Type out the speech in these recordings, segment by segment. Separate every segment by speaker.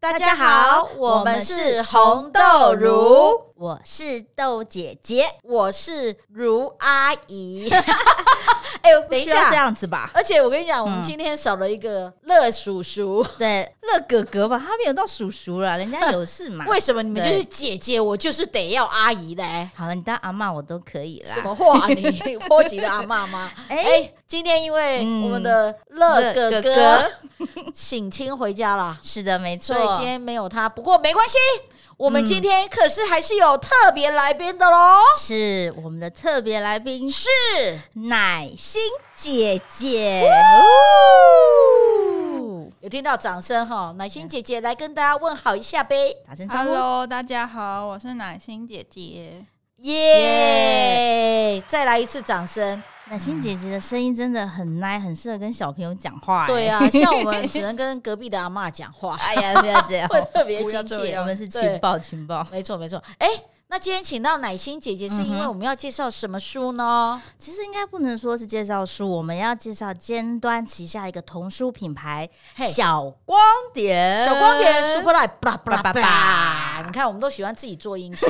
Speaker 1: 大家好，我们是红豆如，，
Speaker 2: 我是豆姐姐。
Speaker 1: 我是如阿 姨。
Speaker 2: 哎呦，
Speaker 1: 等一下
Speaker 2: 这样子吧。
Speaker 1: 而且我跟你讲，我们
Speaker 2: 嗯
Speaker 1: 今天少了一个乐叔叔。
Speaker 2: 对，乐哥哥吧，他没有到叔叔了，人家有事嘛。
Speaker 1: 为什么你们就
Speaker 2: 对
Speaker 1: 是姐姐，我就是得要阿姨嘞？
Speaker 2: 好了，你当阿嬷我都可以啦。
Speaker 1: 什么话你？波及的阿妈吗？
Speaker 2: 哎、
Speaker 1: 哎、今天因为
Speaker 2: 嗯
Speaker 1: 我们的乐哥
Speaker 2: 乐哥
Speaker 1: 哥 省亲回家啦，
Speaker 2: 是的，没错
Speaker 1: 所。以今天没有他。不过没关系，我们
Speaker 2: 嗯
Speaker 1: 今天可是还是有特别来宾的喽。
Speaker 2: 是我们的特别来宾
Speaker 1: 是，
Speaker 2: 奶心姐姐。哦
Speaker 1: 有听到掌声哈？奶心姐姐来跟大家问好一下呗，
Speaker 2: 打声招呼。
Speaker 3: Hello，大家好，我是奶心姐姐。
Speaker 1: 耶！再来一次掌声。
Speaker 2: 奶
Speaker 1: 嗯
Speaker 2: 心姐姐的声音真的很奶，很适合跟小朋友讲话、哎
Speaker 1: 对，啊，像我们只能跟隔壁的阿嬷讲话，
Speaker 2: 哎呀，不要这 样，
Speaker 1: 会特别
Speaker 3: 不要
Speaker 1: 亲
Speaker 3: 这
Speaker 1: 切
Speaker 3: 样。
Speaker 2: 我们是
Speaker 1: 对
Speaker 2: 情报情报。
Speaker 1: 没错没错，哎、那今天请到奶心姐姐，是因为
Speaker 2: 嗯哼
Speaker 1: 我们要介绍什么书呢？
Speaker 2: 其实应该不能说是介绍书，我们要介绍尖端旗下一个童书品牌
Speaker 1: 嘿
Speaker 2: 小光
Speaker 1: 呃
Speaker 2: 点。
Speaker 1: 小光点
Speaker 2: 呃
Speaker 1: Super Light，巴拉巴拉
Speaker 2: 巴
Speaker 1: 巴
Speaker 2: 拉
Speaker 1: 拉，你看我们都喜欢自己做音效，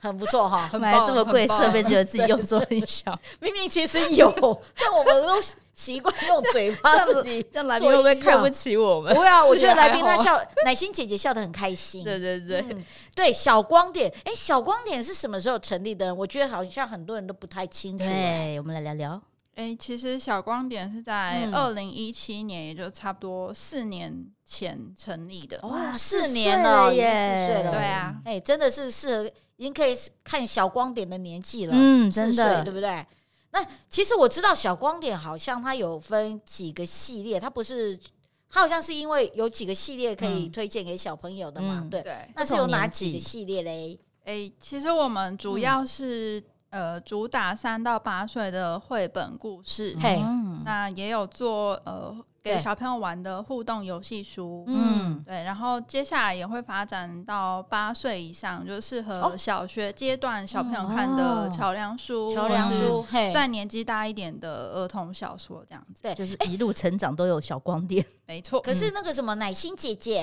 Speaker 1: 很不错哈。
Speaker 2: 买了这么贵的设备，只有 自己用做音效，
Speaker 1: 明明其实有， 但我们都习惯用嘴 巴自己
Speaker 2: 这样来
Speaker 1: 做音效。
Speaker 2: 起我们？
Speaker 1: 不要，我觉 得来宾
Speaker 3: 还
Speaker 1: 他
Speaker 3: 好
Speaker 1: 笑，奶心姐姐笑得很开心。
Speaker 3: 对对对，
Speaker 1: 嗯对，小光点，哎，小光点是什么时候成立的？我觉得好像很多人都不太清楚。哎
Speaker 2: 对，我们来聊聊。
Speaker 3: 哎、其实小光点是在
Speaker 1: 嗯
Speaker 3: 二零一七年，也就差不多四年前成立的。
Speaker 1: 哇，
Speaker 2: 四
Speaker 1: 四年
Speaker 2: 岁
Speaker 1: 了，
Speaker 2: 了
Speaker 1: 已经四
Speaker 2: 耶
Speaker 1: 岁了，
Speaker 3: 对啊，
Speaker 1: 哎、真的是适合，已经可以看小光点的年纪了，
Speaker 2: 嗯，
Speaker 1: 四
Speaker 2: 真
Speaker 1: 岁，
Speaker 2: 的
Speaker 1: 啊对，不对？那其实我知道小光点好像它有分几个系列，它不是，它好像是因为有几个系列可以
Speaker 2: 嗯
Speaker 1: 推荐给小朋友的嘛，
Speaker 2: 嗯
Speaker 1: 对。
Speaker 3: 对，哎、
Speaker 1: 那是有哪
Speaker 2: 年
Speaker 1: 几个
Speaker 2: 纪
Speaker 1: 系列嘞？
Speaker 3: 其实我们主要是、呃主打三到八岁的绘本故事，
Speaker 1: 嘿
Speaker 2: 嗯
Speaker 3: 那也有做呃
Speaker 1: 对
Speaker 3: 给小朋友玩的互动游戏书。
Speaker 1: 嗯
Speaker 2: 嗯，
Speaker 3: 对，然后接下来也会发展到八岁以上，就适
Speaker 1: 哦
Speaker 3: 合小学阶段小朋友看的
Speaker 2: 哦
Speaker 3: 桥梁书、
Speaker 1: 桥梁
Speaker 3: 或是
Speaker 1: 书，嘿，
Speaker 3: 再年纪大一点的儿童小说这样子，
Speaker 2: 就是一路成长都有小光点，
Speaker 3: 没错。
Speaker 1: 可
Speaker 2: 嗯
Speaker 1: 是那个什么奶心姐 姐，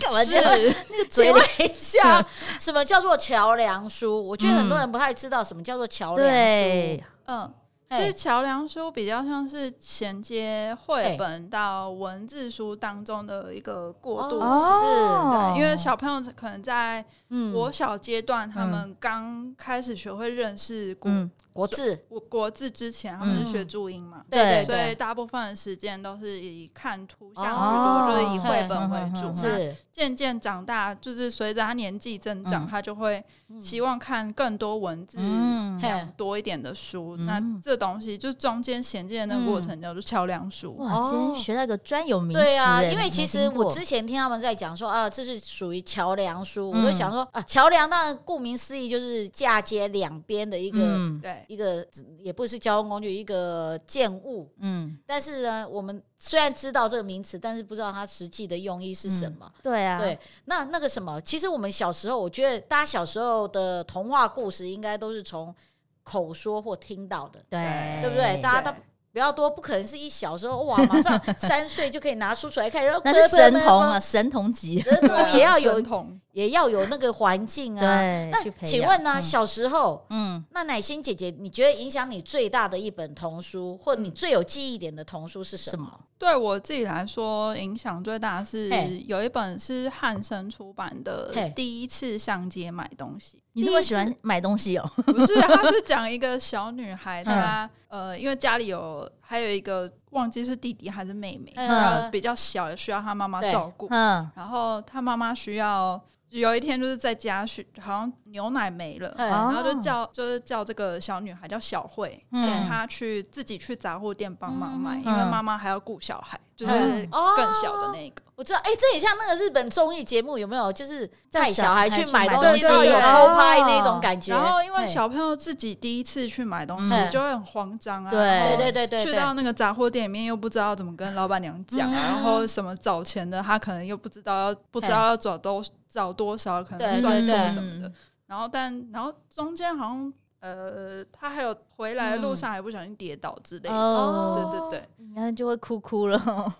Speaker 2: 干
Speaker 1: 嗯是
Speaker 2: 嘴
Speaker 1: 请
Speaker 2: 里
Speaker 1: 问一 下，什么叫做桥梁书？我觉得很多
Speaker 2: 嗯
Speaker 1: 人不太知道什么叫做桥梁书
Speaker 2: 对。，
Speaker 3: 嗯，其
Speaker 1: 嘿
Speaker 3: 实桥梁书比较像是衔接
Speaker 1: 嘿
Speaker 3: 绘本到文字书当中的一个过渡
Speaker 1: 哦
Speaker 3: 期。
Speaker 2: 哦
Speaker 3: 对因为小朋友可能在
Speaker 1: 嗯，
Speaker 3: 国小阶段，他们刚开始学会认识国、
Speaker 2: 嗯
Speaker 1: 国字，
Speaker 3: 国国字之前，他们是学注音嘛，
Speaker 1: 嗯对
Speaker 2: 对
Speaker 3: 所以
Speaker 1: 对
Speaker 3: 大部分的时间都是以看图像居
Speaker 1: 哦
Speaker 3: 多，就是以绘本为主。
Speaker 2: 嗯嗯嗯嗯
Speaker 3: 那
Speaker 1: 是
Speaker 3: 渐渐长大，就是随着他年纪增长，
Speaker 2: 嗯
Speaker 3: 他就会希望看更多文字
Speaker 2: 嗯
Speaker 1: 嘿
Speaker 3: 多一点的书。
Speaker 2: 嗯
Speaker 3: 那这东西就中间衔接的那个过程叫做桥梁书。
Speaker 2: 哇，今天学到一个专有名词、
Speaker 1: 对啊，
Speaker 2: 哎
Speaker 1: 因为其
Speaker 2: 没
Speaker 1: 实
Speaker 2: 听过
Speaker 1: 我之前听他们在讲说啊，这是属于桥梁书，
Speaker 2: 嗯
Speaker 1: 我就想说啊，桥梁那顾名思义就是嫁接两边的一个
Speaker 2: 嗯
Speaker 3: 对，
Speaker 1: 一个，也不是交通工具，一个建物。
Speaker 2: 嗯，
Speaker 1: 但是呢，我们虽然知道这个名词，但是不知道它实际的用意是什么。
Speaker 2: 对啊，
Speaker 1: 对，那那个什么，其实我们小时候，我觉得大家小时候的童话故事应该都是从口说或听到的，
Speaker 2: 对
Speaker 3: 对
Speaker 1: 对不对？大家都
Speaker 3: 对
Speaker 1: 比较多，不可能是一小时候哇，马上三岁就可以拿书出来看，然后
Speaker 2: 那是神童啊，，神童级。
Speaker 1: 神
Speaker 3: 对啊
Speaker 1: 童也要
Speaker 3: 神
Speaker 1: 有
Speaker 3: 童
Speaker 1: 也要有那个环境啊。
Speaker 2: 对，
Speaker 1: 那
Speaker 2: 去培养
Speaker 1: 请问呢、
Speaker 2: 嗯
Speaker 1: 小时候，
Speaker 2: 嗯，
Speaker 1: 那乃欣姐姐，你觉得影响你最大的一本童书，或你最有记忆点的童书是什
Speaker 2: 嗯什
Speaker 1: 么？
Speaker 2: 么？
Speaker 3: 对我自己来说影响最大的是
Speaker 1: 嘿
Speaker 3: 有一本是汉生出版的
Speaker 1: 嘿
Speaker 3: 《第一次上街买东西》。
Speaker 2: 你那么喜欢买东西哦？
Speaker 1: 嗯
Speaker 3: 不是，他是讲一个小女孩，她呃，因为家里有还有一个忘记是弟弟还是妹妹，
Speaker 1: 嗯
Speaker 3: 然后比较小，需要他妈妈
Speaker 1: 对
Speaker 3: 照顾。
Speaker 2: 嗯，
Speaker 3: 然后他妈妈需要有一天就是在家去，好像牛奶没了，
Speaker 1: 嗯
Speaker 3: 然后就叫就是叫这个小女孩叫小慧，
Speaker 2: 嗯
Speaker 3: 请她去自己去杂货店帮忙买，
Speaker 1: 嗯
Speaker 3: 因为妈妈还要顾小孩，就是
Speaker 1: 嗯哦
Speaker 3: 更小的那个。
Speaker 1: 我知道，哎、这也像那个日本综艺节目，有没有？就是
Speaker 2: 叫
Speaker 1: 带小孩
Speaker 2: 小孩
Speaker 1: 去
Speaker 2: 去
Speaker 1: 买
Speaker 2: 买
Speaker 1: 东
Speaker 3: 东
Speaker 1: 西，然
Speaker 3: 西
Speaker 1: 后有
Speaker 3: 对
Speaker 1: 偷拍
Speaker 2: 哦
Speaker 1: 那种感觉。
Speaker 3: 然后因为
Speaker 2: 对
Speaker 3: 小朋友自己第一次去买东西
Speaker 1: 嗯
Speaker 3: 就会很慌张啊，
Speaker 2: 对
Speaker 3: 然后
Speaker 1: 对对对对
Speaker 3: 去
Speaker 1: 对，
Speaker 3: 到那个杂货店里面，又不知道怎么跟老板娘讲，
Speaker 1: 嗯
Speaker 3: 然后什么找钱的，他可能又不知道要不知道要找多找多少，可能
Speaker 1: 对
Speaker 3: 算数
Speaker 1: 对对
Speaker 3: 什么的。然后但然后中间好像呃，他还有回来的
Speaker 1: 嗯
Speaker 3: 路上还不小心跌倒之类的。对
Speaker 2: 哦，
Speaker 3: 对对，
Speaker 2: 然后就会哭哭 了，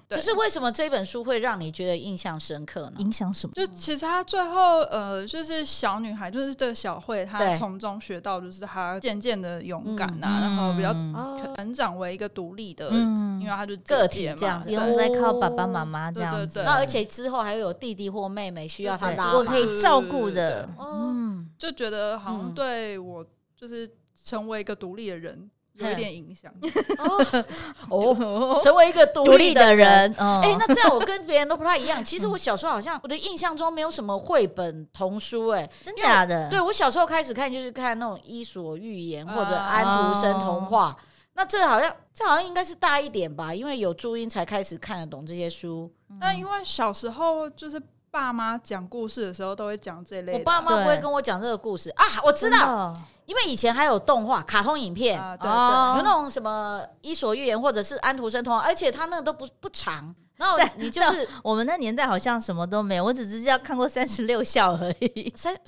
Speaker 3: 对
Speaker 1: 就是为什么这本书会让你觉得印象深刻呢？
Speaker 2: 影响什么？
Speaker 3: 就其实他最后呃，就是小女孩，就是这个小慧，她
Speaker 1: 对
Speaker 3: 从中学到就是她渐渐的勇敢啊，
Speaker 2: 嗯
Speaker 3: 然后比较
Speaker 1: 哦，
Speaker 3: 成长为一个独立的，
Speaker 2: 嗯
Speaker 3: 因为她就
Speaker 1: 个
Speaker 3: 姐姐
Speaker 1: 体
Speaker 3: 嘛
Speaker 1: 这样子
Speaker 2: 不
Speaker 3: 对
Speaker 2: 用再靠爸爸妈妈这样子，
Speaker 3: 对
Speaker 1: 那而且之后还会有弟弟或妹妹需要他
Speaker 2: 对
Speaker 1: 拉
Speaker 2: 我
Speaker 1: 嘛
Speaker 2: 可以照顾的
Speaker 3: 嗯对，
Speaker 1: 哦
Speaker 2: 嗯，
Speaker 3: 就觉得
Speaker 1: 嗯
Speaker 3: 好像对我就是成为一个独立的人有一点影响。
Speaker 2: 嗯
Speaker 1: 哦，成为一个独
Speaker 2: 独立
Speaker 1: 的
Speaker 2: 的。人，
Speaker 1: 哎、
Speaker 2: 哎
Speaker 1: 那这样我跟别人都不太一样。其实我小时候好像我的印象中没有什么绘本童书、哎，
Speaker 2: 真假的？
Speaker 1: 对我小时候开始看就是看那种《伊索寓言》或者《
Speaker 3: 啊
Speaker 1: 安徒生童话》那这好像这好像应该是大一点吧，因为有注音才开始看得懂这些书。
Speaker 3: 但因为小时候就是爸妈讲故事的时候都会讲这类的，
Speaker 1: 我爸妈不会
Speaker 2: 对
Speaker 1: 跟我讲这个故事啊，我知道，因为以前还有动画、卡通影片，
Speaker 3: 啊，对
Speaker 2: 哦
Speaker 3: 对，
Speaker 1: 有那种什么《伊索寓言》或者是《安徒生童话》，而且他那个都不不长，然后
Speaker 2: 对
Speaker 1: 你就是
Speaker 2: 我们那年代好像什么都没有，我只知道看过三十六孝而已。
Speaker 1: 三， 哎、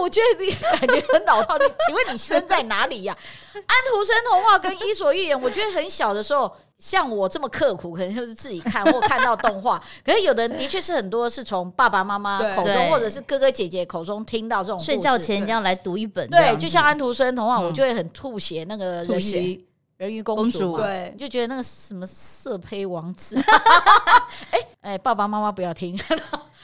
Speaker 1: 我觉得你感觉很老套。你请问你生在哪里 呀、安徒生童话跟《伊索寓言》，我觉得很小的时候，像我这么刻苦，可能就是自己看或看到动 画。可是有的人的确是很多是从爸爸妈妈
Speaker 3: 对
Speaker 1: 口中
Speaker 2: 对
Speaker 1: 或者是哥哥姐姐口中听到这哦种故事
Speaker 2: 睡觉前一定要来读一本这样
Speaker 1: 对，
Speaker 2: 子，
Speaker 1: 就像安徒生童话，
Speaker 2: 嗯
Speaker 1: 我就会很吐血那个
Speaker 2: 吐
Speaker 1: 人
Speaker 2: 血
Speaker 1: 鱼人鱼公
Speaker 2: 公
Speaker 1: 主
Speaker 2: 主
Speaker 1: 嘛。
Speaker 3: 对
Speaker 1: 你，就觉得那个什么色胚王 子，哎哎、爸爸妈妈不要听。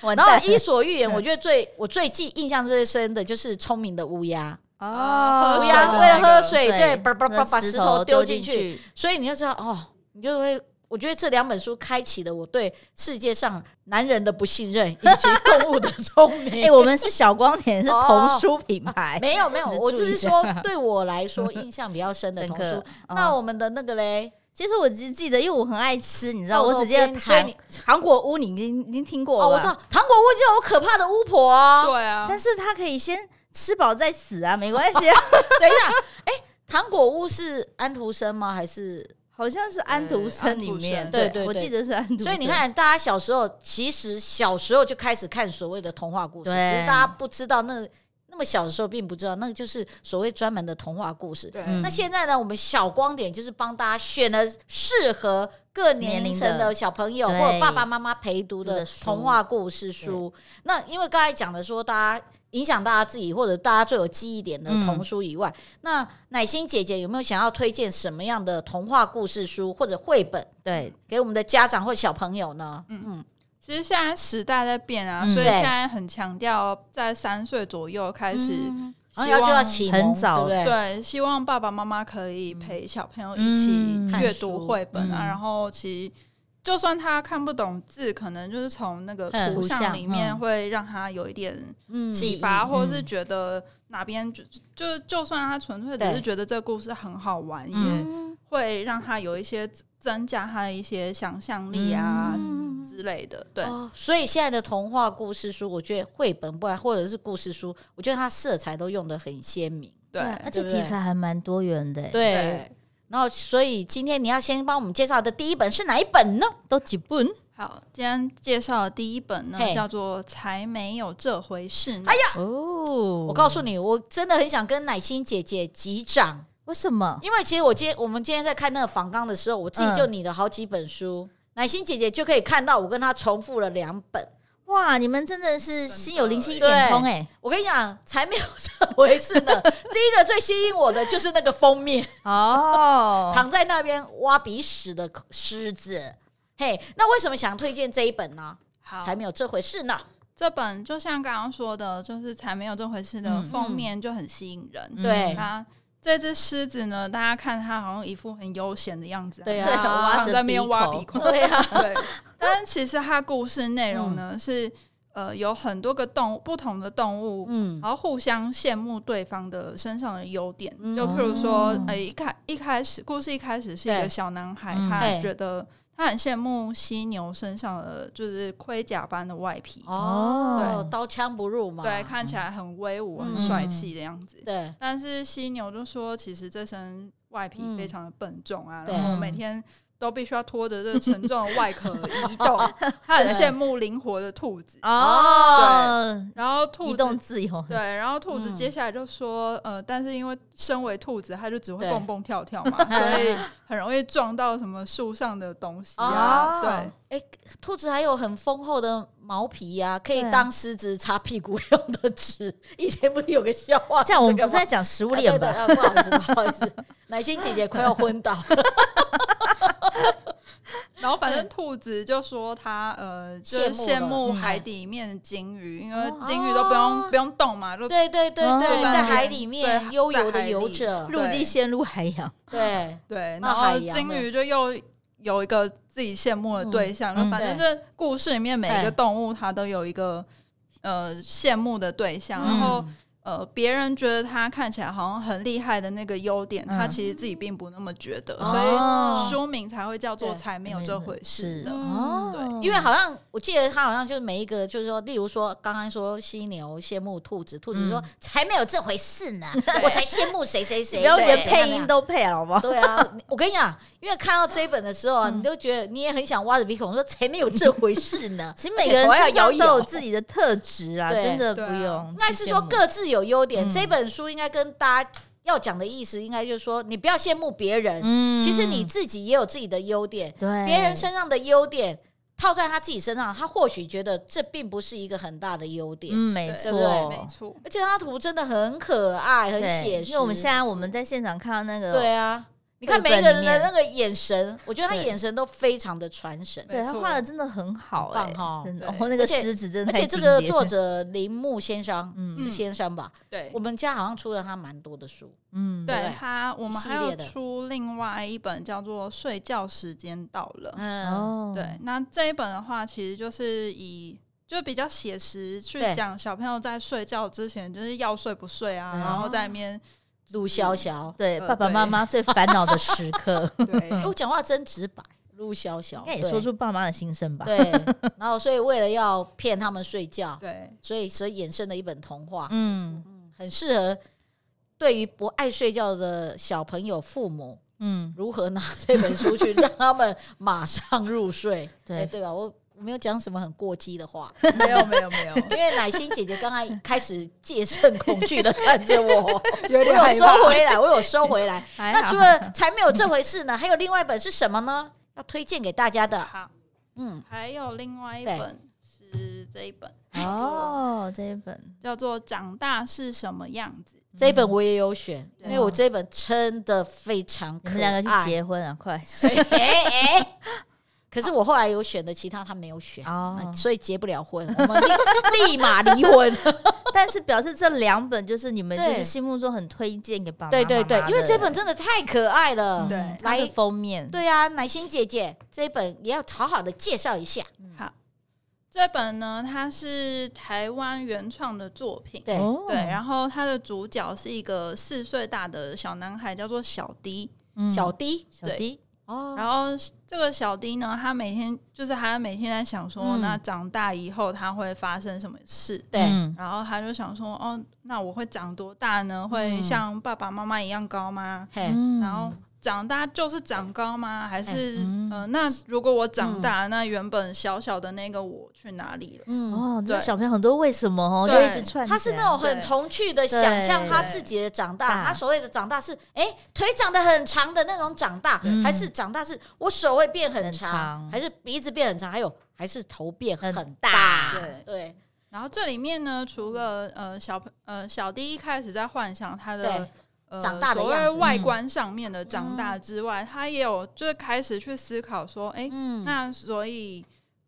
Speaker 2: 完
Speaker 1: 然后
Speaker 2: 蛋
Speaker 1: 《伊索寓言》，
Speaker 2: 对
Speaker 1: 我觉得最我最记印象最深的就是聪明的乌鸦，
Speaker 3: 哦
Speaker 1: 乌
Speaker 3: 喝水
Speaker 1: 鸦
Speaker 3: 的
Speaker 1: 为了
Speaker 3: 那
Speaker 1: 喝
Speaker 3: 个
Speaker 1: 水，对，叭叭叭
Speaker 2: 那
Speaker 1: 把
Speaker 2: 石
Speaker 1: 石
Speaker 2: 头
Speaker 1: 头丢进
Speaker 2: 进
Speaker 1: 去，， 所以你就知道哦，你就会。我觉得这两本书开启了我对世界上男人的不信任以及动物的聪明。
Speaker 2: 哎，我们是小光点，是
Speaker 1: 哦
Speaker 2: 童书品牌，
Speaker 1: 没有没有，
Speaker 2: 哎你
Speaker 1: 我
Speaker 2: 注
Speaker 1: 只
Speaker 2: 意
Speaker 1: 是
Speaker 2: 一下
Speaker 1: 说对我来说印象比较深的
Speaker 2: 深
Speaker 1: 童
Speaker 2: 刻
Speaker 1: 书。
Speaker 2: 哦
Speaker 1: 那我们的那个嘞，
Speaker 2: 其实我只记得，因为我很爱吃，你知道，
Speaker 1: 豆
Speaker 2: 我
Speaker 1: 豆
Speaker 2: 只记得
Speaker 1: 哦边所以
Speaker 2: 糖
Speaker 1: 你
Speaker 2: 糖果屋，你已经已经听过了
Speaker 1: 哦，
Speaker 2: 吧，
Speaker 1: 我知道糖果屋就有可怕的巫婆啊。
Speaker 3: 对啊，
Speaker 2: 哦但是它可以先吃饱再死啊，没关 系啊，
Speaker 1: 等一下，哎、糖果屋是安徒生吗？还是？
Speaker 2: 好像是安徒生里面，
Speaker 3: 安徒生
Speaker 1: 对对对
Speaker 2: 我记得是安徒生，
Speaker 1: 所以你看，大家小时候其实小时候就开始看所谓的童话故事，只
Speaker 2: 对
Speaker 1: 是大家不知道那那么小的时候并不知道，那个就是所谓专门的童话故事。
Speaker 3: 对
Speaker 2: 嗯
Speaker 1: 那现在呢，我们小光点就是帮大家选了适合各年龄层
Speaker 2: 年龄的
Speaker 1: 的小朋友
Speaker 2: 对
Speaker 1: 或者爸爸妈妈陪读
Speaker 2: 读
Speaker 1: 的
Speaker 2: 的书
Speaker 1: 童话故事书。那因为刚才讲的说，大家影响大家自己或者大家最有记忆点的
Speaker 2: 嗯
Speaker 1: 童书以外，那奶心姐姐有没有想要推荐什么样的童话故事书或者绘本
Speaker 2: 对，
Speaker 1: 给我们的家长或小朋友呢？
Speaker 3: 嗯
Speaker 1: 嗯
Speaker 3: 其实现在时代在变啊，
Speaker 2: 嗯
Speaker 3: 所以
Speaker 1: 对
Speaker 3: 现在很强调在三岁左右开始，
Speaker 1: 嗯，然后
Speaker 3: 希
Speaker 1: 要就要
Speaker 3: 望
Speaker 1: 启蒙，
Speaker 2: 很早
Speaker 1: 对不对？
Speaker 3: 对，希望爸爸妈妈可以陪小朋友一起
Speaker 2: 嗯
Speaker 3: 阅读绘本
Speaker 2: 看
Speaker 3: 啊，
Speaker 2: 书
Speaker 3: 然后其实就算他看不懂字，可能就是从那个
Speaker 1: 嗯
Speaker 3: 图
Speaker 2: 图
Speaker 3: 像
Speaker 2: 像
Speaker 3: 里面
Speaker 2: 嗯
Speaker 3: 会让他有一点
Speaker 1: 嗯
Speaker 2: 记
Speaker 3: 启
Speaker 2: 忆
Speaker 3: 发，或者是
Speaker 2: 嗯
Speaker 3: 觉得哪边就就就算他纯粹只
Speaker 1: 对
Speaker 3: 是觉得这个故事很好玩，也
Speaker 2: 嗯
Speaker 3: 会让他有一些增加他的一些想象力啊
Speaker 1: 嗯
Speaker 3: 之类的。对，
Speaker 1: 哦，所以现在的童话故事书，我觉得绘本不然或者是故事书，我觉得它色彩都用的很鲜明。
Speaker 3: 对，
Speaker 2: 而且
Speaker 1: 对不对
Speaker 2: 题材还蛮多元的，欸
Speaker 1: 对，然后所以今天你要先帮我们介绍的第一本是哪一本呢？
Speaker 2: 都几本，
Speaker 3: 好，今天介绍的第一本呢
Speaker 1: 嘿
Speaker 3: 叫做《才没有这回事》。
Speaker 1: 哎
Speaker 3: 呀，
Speaker 2: 哦，
Speaker 1: 我告诉你，我真的很想跟奶心姐姐击掌，
Speaker 2: 为什么？
Speaker 1: 因为其实我今天我们今天在看那个访纲的时候，我自己就拟了好几本书，奶心姐姐就可以看到我跟她重复了两本。
Speaker 2: 哇，你们真的是心有灵犀一点
Speaker 1: 对
Speaker 2: 通哎！
Speaker 1: 我跟你讲，才没有这回事呢。第一个最吸引我的就是那个封面，
Speaker 2: 哦，
Speaker 1: 躺在那边挖鼻屎的狮子。嘿，那为什么想推荐这一本呢？
Speaker 3: 好，
Speaker 1: 才没有这回事呢。
Speaker 3: 这本就像刚刚说的，就是才没有这回事的
Speaker 2: 嗯
Speaker 3: 封面就很吸引人。
Speaker 2: 嗯
Speaker 1: 对
Speaker 3: 它这只狮子呢，大家看它好像一副很悠闲的样子、啊，
Speaker 1: 对
Speaker 2: 对，
Speaker 1: 啊
Speaker 2: 挖
Speaker 3: 躺
Speaker 2: 着
Speaker 3: 在那边挖
Speaker 2: 鼻
Speaker 3: 鼻孔，
Speaker 1: 对啊，
Speaker 3: 对，但其实它故事内容呢、是呃有很多个动物不同的动物，
Speaker 1: 嗯，
Speaker 3: 然后互相羡慕对方的身上的优点。
Speaker 1: 嗯
Speaker 3: 就譬如说
Speaker 2: 哦，
Speaker 3: 呃，一开一开始故事一开始是一个
Speaker 1: 对
Speaker 3: 小男孩，
Speaker 2: 嗯
Speaker 3: 他
Speaker 1: 对
Speaker 3: 觉得他很羡慕犀牛身上的就是盔甲般的外皮，
Speaker 1: 哦，
Speaker 2: 对
Speaker 1: 刀枪不入嘛，
Speaker 3: 对，看起来很威武、
Speaker 1: 嗯
Speaker 3: 很帅气的样子。
Speaker 1: 对
Speaker 3: 但是犀牛就说，其实这身外皮非常的笨重啊，
Speaker 1: 嗯对
Speaker 3: 然后每天都必须要拖着这沉重的外 壳移动。他很羡慕灵活的兔子，
Speaker 2: 哦，
Speaker 3: 然后兔
Speaker 2: 移
Speaker 3: 子
Speaker 2: 动自由，
Speaker 3: 对，然后兔子
Speaker 1: 嗯
Speaker 3: 接下来就说，呃，但是因为身为兔子，它就只会
Speaker 1: 对
Speaker 3: 蹦蹦跳 跳嘛，所以很容易撞到什么树上的东西啊。
Speaker 1: 哦
Speaker 3: 对，
Speaker 1: 兔子还有很丰厚的毛皮呀、可以
Speaker 2: 对啊
Speaker 1: 当狮子擦屁股用的纸。 以前不是有个笑话，
Speaker 2: 这样我们
Speaker 1: 这个
Speaker 2: 不是
Speaker 1: 吗
Speaker 2: 在讲食物链吧？
Speaker 1: 啊对对啊不好意思，不好意思，奶心姐姐快要昏倒。
Speaker 3: 然后反正兔子就说它呃，就
Speaker 1: 羡
Speaker 3: 是
Speaker 1: 慕
Speaker 3: 羡
Speaker 1: 了
Speaker 3: 慕
Speaker 2: 嗯
Speaker 3: 海底面的鲸鱼，因为鲸鱼都不用不用动嘛，就
Speaker 1: 对对对
Speaker 2: 哦
Speaker 1: 对，
Speaker 3: 就在
Speaker 1: 在
Speaker 3: 那边
Speaker 1: 海里面
Speaker 3: 对
Speaker 1: 悠游
Speaker 3: 在
Speaker 1: 的
Speaker 3: 海里
Speaker 1: 游者，
Speaker 2: 陆地
Speaker 3: 对
Speaker 2: 陷入海洋，
Speaker 1: 对
Speaker 3: 对，然
Speaker 1: 那海
Speaker 3: 后
Speaker 1: 洋
Speaker 3: 鲸
Speaker 1: 的
Speaker 3: 鱼就又有一个自己羡慕的对象，
Speaker 2: 嗯
Speaker 3: 就反
Speaker 1: 嗯
Speaker 3: 正这故事里面每一
Speaker 1: 对
Speaker 3: 个动物它都有一个呃羡慕的对象，然后
Speaker 1: 嗯
Speaker 3: 呃别人觉得它看起来好像很厉害的那个优点，它
Speaker 2: 嗯
Speaker 3: 其实自己并不那么觉得，
Speaker 2: 哦
Speaker 3: 所以书名才会叫做
Speaker 1: 对
Speaker 3: “才没有这回事”呢。
Speaker 1: 嗯
Speaker 3: 对
Speaker 2: 哦
Speaker 1: 因为好像我记得他好像就是每一个，就是说，例如说刚刚说犀牛羡慕兔子，
Speaker 2: 嗯
Speaker 1: 兔子说、才没有这回事 呢，我才羡慕谁谁谁，
Speaker 2: 不要
Speaker 1: 对
Speaker 2: 连
Speaker 1: 怎样
Speaker 2: 配
Speaker 1: 怎样
Speaker 2: 音都配好不好？
Speaker 1: 对啊，你我跟你讲，因为看到这一本的时候
Speaker 2: 嗯
Speaker 1: 啊，你都觉得你也很想挖着鼻孔说才没有这回事 呢。
Speaker 2: 其实每个人
Speaker 1: 而且头
Speaker 2: 身
Speaker 1: 要摇
Speaker 2: 上
Speaker 1: 一
Speaker 2: 都
Speaker 1: 摇
Speaker 2: 有自己的特质啊，
Speaker 1: 对
Speaker 2: 真的不
Speaker 3: 对啊
Speaker 2: 用。
Speaker 1: 应该是说各自有优点。
Speaker 2: 嗯
Speaker 1: 这本书应该跟大家要讲的意思，应该就是说你不要羡慕别人，
Speaker 2: 嗯哎
Speaker 1: 其实你自己也有自己的优点，
Speaker 2: 对
Speaker 1: 别人身上的优点套在他自己身上，他或许觉得这并不是一个很大的优点。
Speaker 2: 嗯，没
Speaker 3: 对
Speaker 2: 错，
Speaker 1: 对不
Speaker 3: 没错，
Speaker 1: 而且他图真的很可爱，很
Speaker 2: 对
Speaker 1: 写实。
Speaker 2: 因为我们现在我们在现场看到那个，
Speaker 1: 对啊，你看每
Speaker 2: 绘本
Speaker 1: 一个人
Speaker 2: 里
Speaker 1: 的
Speaker 2: 面
Speaker 1: 那个眼神，我觉得他
Speaker 2: 对
Speaker 1: 眼神都非常的传神。
Speaker 2: 对
Speaker 3: 没
Speaker 2: 他
Speaker 3: 错
Speaker 2: 画的真的很好哎、
Speaker 1: 很棒哦
Speaker 2: 真的，
Speaker 3: 对
Speaker 2: 哦，那个
Speaker 1: 而且
Speaker 2: 狮子真的
Speaker 1: 而
Speaker 2: 太
Speaker 1: 且这
Speaker 2: 经
Speaker 1: 个
Speaker 2: 典
Speaker 1: 作，者铃木先生，
Speaker 2: 嗯
Speaker 1: 是先生吧？
Speaker 3: 对
Speaker 1: 我。们家好像出了他蛮多的书，
Speaker 2: 嗯，
Speaker 1: 对不
Speaker 3: 对
Speaker 1: 对
Speaker 3: 它，我们
Speaker 1: 系
Speaker 3: 还
Speaker 1: 列
Speaker 3: 有
Speaker 1: 的
Speaker 3: 出另外一本叫做《睡觉时间到了》，
Speaker 1: 嗯，
Speaker 2: 哦，
Speaker 3: 对，那这一本的话，其实就是以就比较写实去
Speaker 1: 对
Speaker 3: 讲小朋友在睡觉之前，就是要睡不睡啊，
Speaker 1: 嗯
Speaker 2: 对
Speaker 3: 然后在 那边
Speaker 1: 陆潇潇，
Speaker 2: 对，
Speaker 3: 呃
Speaker 2: 爸爸妈妈最烦恼的时 刻，
Speaker 1: 哎
Speaker 3: 对
Speaker 1: 我讲话真直白，陆潇潇
Speaker 2: 应该也说出爸妈的心声吧？
Speaker 1: 对，对然后所以为了要骗他们睡觉，
Speaker 3: 对
Speaker 1: 所以所以衍生了一本童话，
Speaker 2: 嗯
Speaker 1: 嗯，很适合对于不爱睡觉的小朋友父母。
Speaker 2: 嗯，
Speaker 1: 如何拿 这本书去让他们马上入睡？
Speaker 2: 对
Speaker 1: 哎对吧？我我没有讲什么很过激的话，
Speaker 3: 没有没有没有，
Speaker 1: 因为奶心姐姐刚才开始戒慎恐惧的看着 我，
Speaker 3: 有
Speaker 1: 我
Speaker 3: 点
Speaker 1: 有
Speaker 3: 害
Speaker 1: 收
Speaker 3: 怕。
Speaker 1: 回来，我有收回来。
Speaker 2: 还好
Speaker 1: 那除了才没有这回事呢，还有另外一本是什么呢？要推荐给大家的，
Speaker 3: 好，
Speaker 1: 嗯，
Speaker 3: 还有另外一
Speaker 1: 对
Speaker 3: 本是这一本
Speaker 2: 哦，这一本
Speaker 3: 叫做《长大是什么样子》。
Speaker 1: 这一本我也有选，
Speaker 3: 对
Speaker 1: 因为我这一本真的非常
Speaker 2: 你
Speaker 1: 可
Speaker 2: 们两
Speaker 1: 爱
Speaker 2: 个。去结婚 啊，快！
Speaker 1: 哎哎哎可是我后来有选的，其他他没有选，
Speaker 2: 哦
Speaker 1: 所以结不了婚，我 们啊立立马离婚。
Speaker 2: 但是表示这两本就是你们
Speaker 1: 对
Speaker 2: 就是心目中很推荐给爸爸妈
Speaker 1: 对
Speaker 2: 妈
Speaker 1: 对对
Speaker 2: 的，
Speaker 1: 因为这本真的太可爱了。
Speaker 3: 对
Speaker 2: 嗯它的
Speaker 1: 来
Speaker 2: 封面，
Speaker 1: 对啊，奶心姐姐这一本也要好好的介绍一下。
Speaker 3: 好，这本呢，它是台湾原创的作品。
Speaker 1: 对，
Speaker 2: 哦，
Speaker 3: 对，然后它的主角是一个四岁大的小男孩，叫做小迪。
Speaker 2: 嗯
Speaker 1: 小 D
Speaker 2: 小弟，
Speaker 1: 哦，
Speaker 3: 然后这个小丁呢，他每天就是他每天在想说，
Speaker 1: 嗯
Speaker 3: 那长大以后他会发生什么事？
Speaker 1: 对，
Speaker 2: 嗯
Speaker 3: 然后他就想说，哦，那我会长多大呢？会
Speaker 1: 嗯
Speaker 3: 像爸爸妈妈一样高吗？
Speaker 1: 嘿，
Speaker 3: 然后长大就是长高吗？还
Speaker 1: 哎
Speaker 3: 是
Speaker 2: 嗯
Speaker 3: 呃，那如果我长大，那原本小小的那个我去哪里了？
Speaker 1: 嗯
Speaker 2: 哦，这
Speaker 3: 对
Speaker 2: 小朋友很多为什么哦，就
Speaker 3: 对
Speaker 2: 一直串起来，
Speaker 1: 他是那种很
Speaker 3: 对
Speaker 1: 童趣的想象
Speaker 2: 对
Speaker 1: 他自己的长大，
Speaker 2: 大
Speaker 1: 他所谓的长大是哎、诶腿长得很长的那种长大，
Speaker 2: 嗯
Speaker 1: 还是长大是我手会变很
Speaker 2: 很
Speaker 1: 长，
Speaker 2: 长
Speaker 1: 还是鼻子变很长，还有还是头变很
Speaker 2: 很
Speaker 1: 大？
Speaker 3: 大对
Speaker 1: 对
Speaker 3: 然后这里面呢，除了呃小朋呃小丁一开始在幻想他的
Speaker 1: 对
Speaker 3: 呃
Speaker 1: 长大的
Speaker 3: 所谓
Speaker 1: 样子
Speaker 3: 外
Speaker 2: 嗯
Speaker 3: 观上面的长大之外，他也有就是开始去思考说，哎、
Speaker 1: 嗯，
Speaker 3: 那所以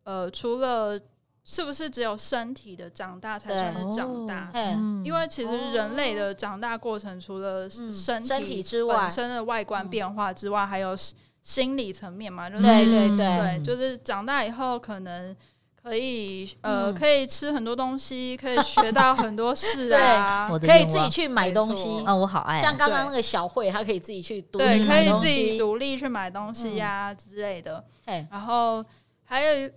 Speaker 3: 呃，除了是不是只有身体的长大才算
Speaker 1: 对哦
Speaker 3: 是长大？
Speaker 1: 嘿
Speaker 2: 嗯
Speaker 3: 因为其实人类的长大过程，除了
Speaker 1: 嗯
Speaker 3: 身
Speaker 1: 身体之外
Speaker 3: 本身的外观
Speaker 1: 嗯
Speaker 3: 变化之外，还有心心理层面嘛，就是
Speaker 1: 对对
Speaker 2: 嗯
Speaker 1: 对，
Speaker 3: 对，就是长大以后可能可以呃，
Speaker 1: 嗯
Speaker 3: 可以吃很多东西，可以学到很多 事啊
Speaker 2: 我，的
Speaker 1: 可以
Speaker 2: 愿
Speaker 1: 自己
Speaker 2: 望
Speaker 1: 去买东西
Speaker 3: 没，错
Speaker 2: 啊，我好爱啊，
Speaker 1: 像刚刚
Speaker 3: 对
Speaker 1: 那个小慧，她可以自己去独
Speaker 3: 对，
Speaker 1: 立
Speaker 3: 可
Speaker 1: 买
Speaker 3: 以
Speaker 1: 东
Speaker 3: 自己
Speaker 1: 西，嗯
Speaker 3: 独立去买东西呀、之类的。
Speaker 1: 嘿，
Speaker 3: 然后还有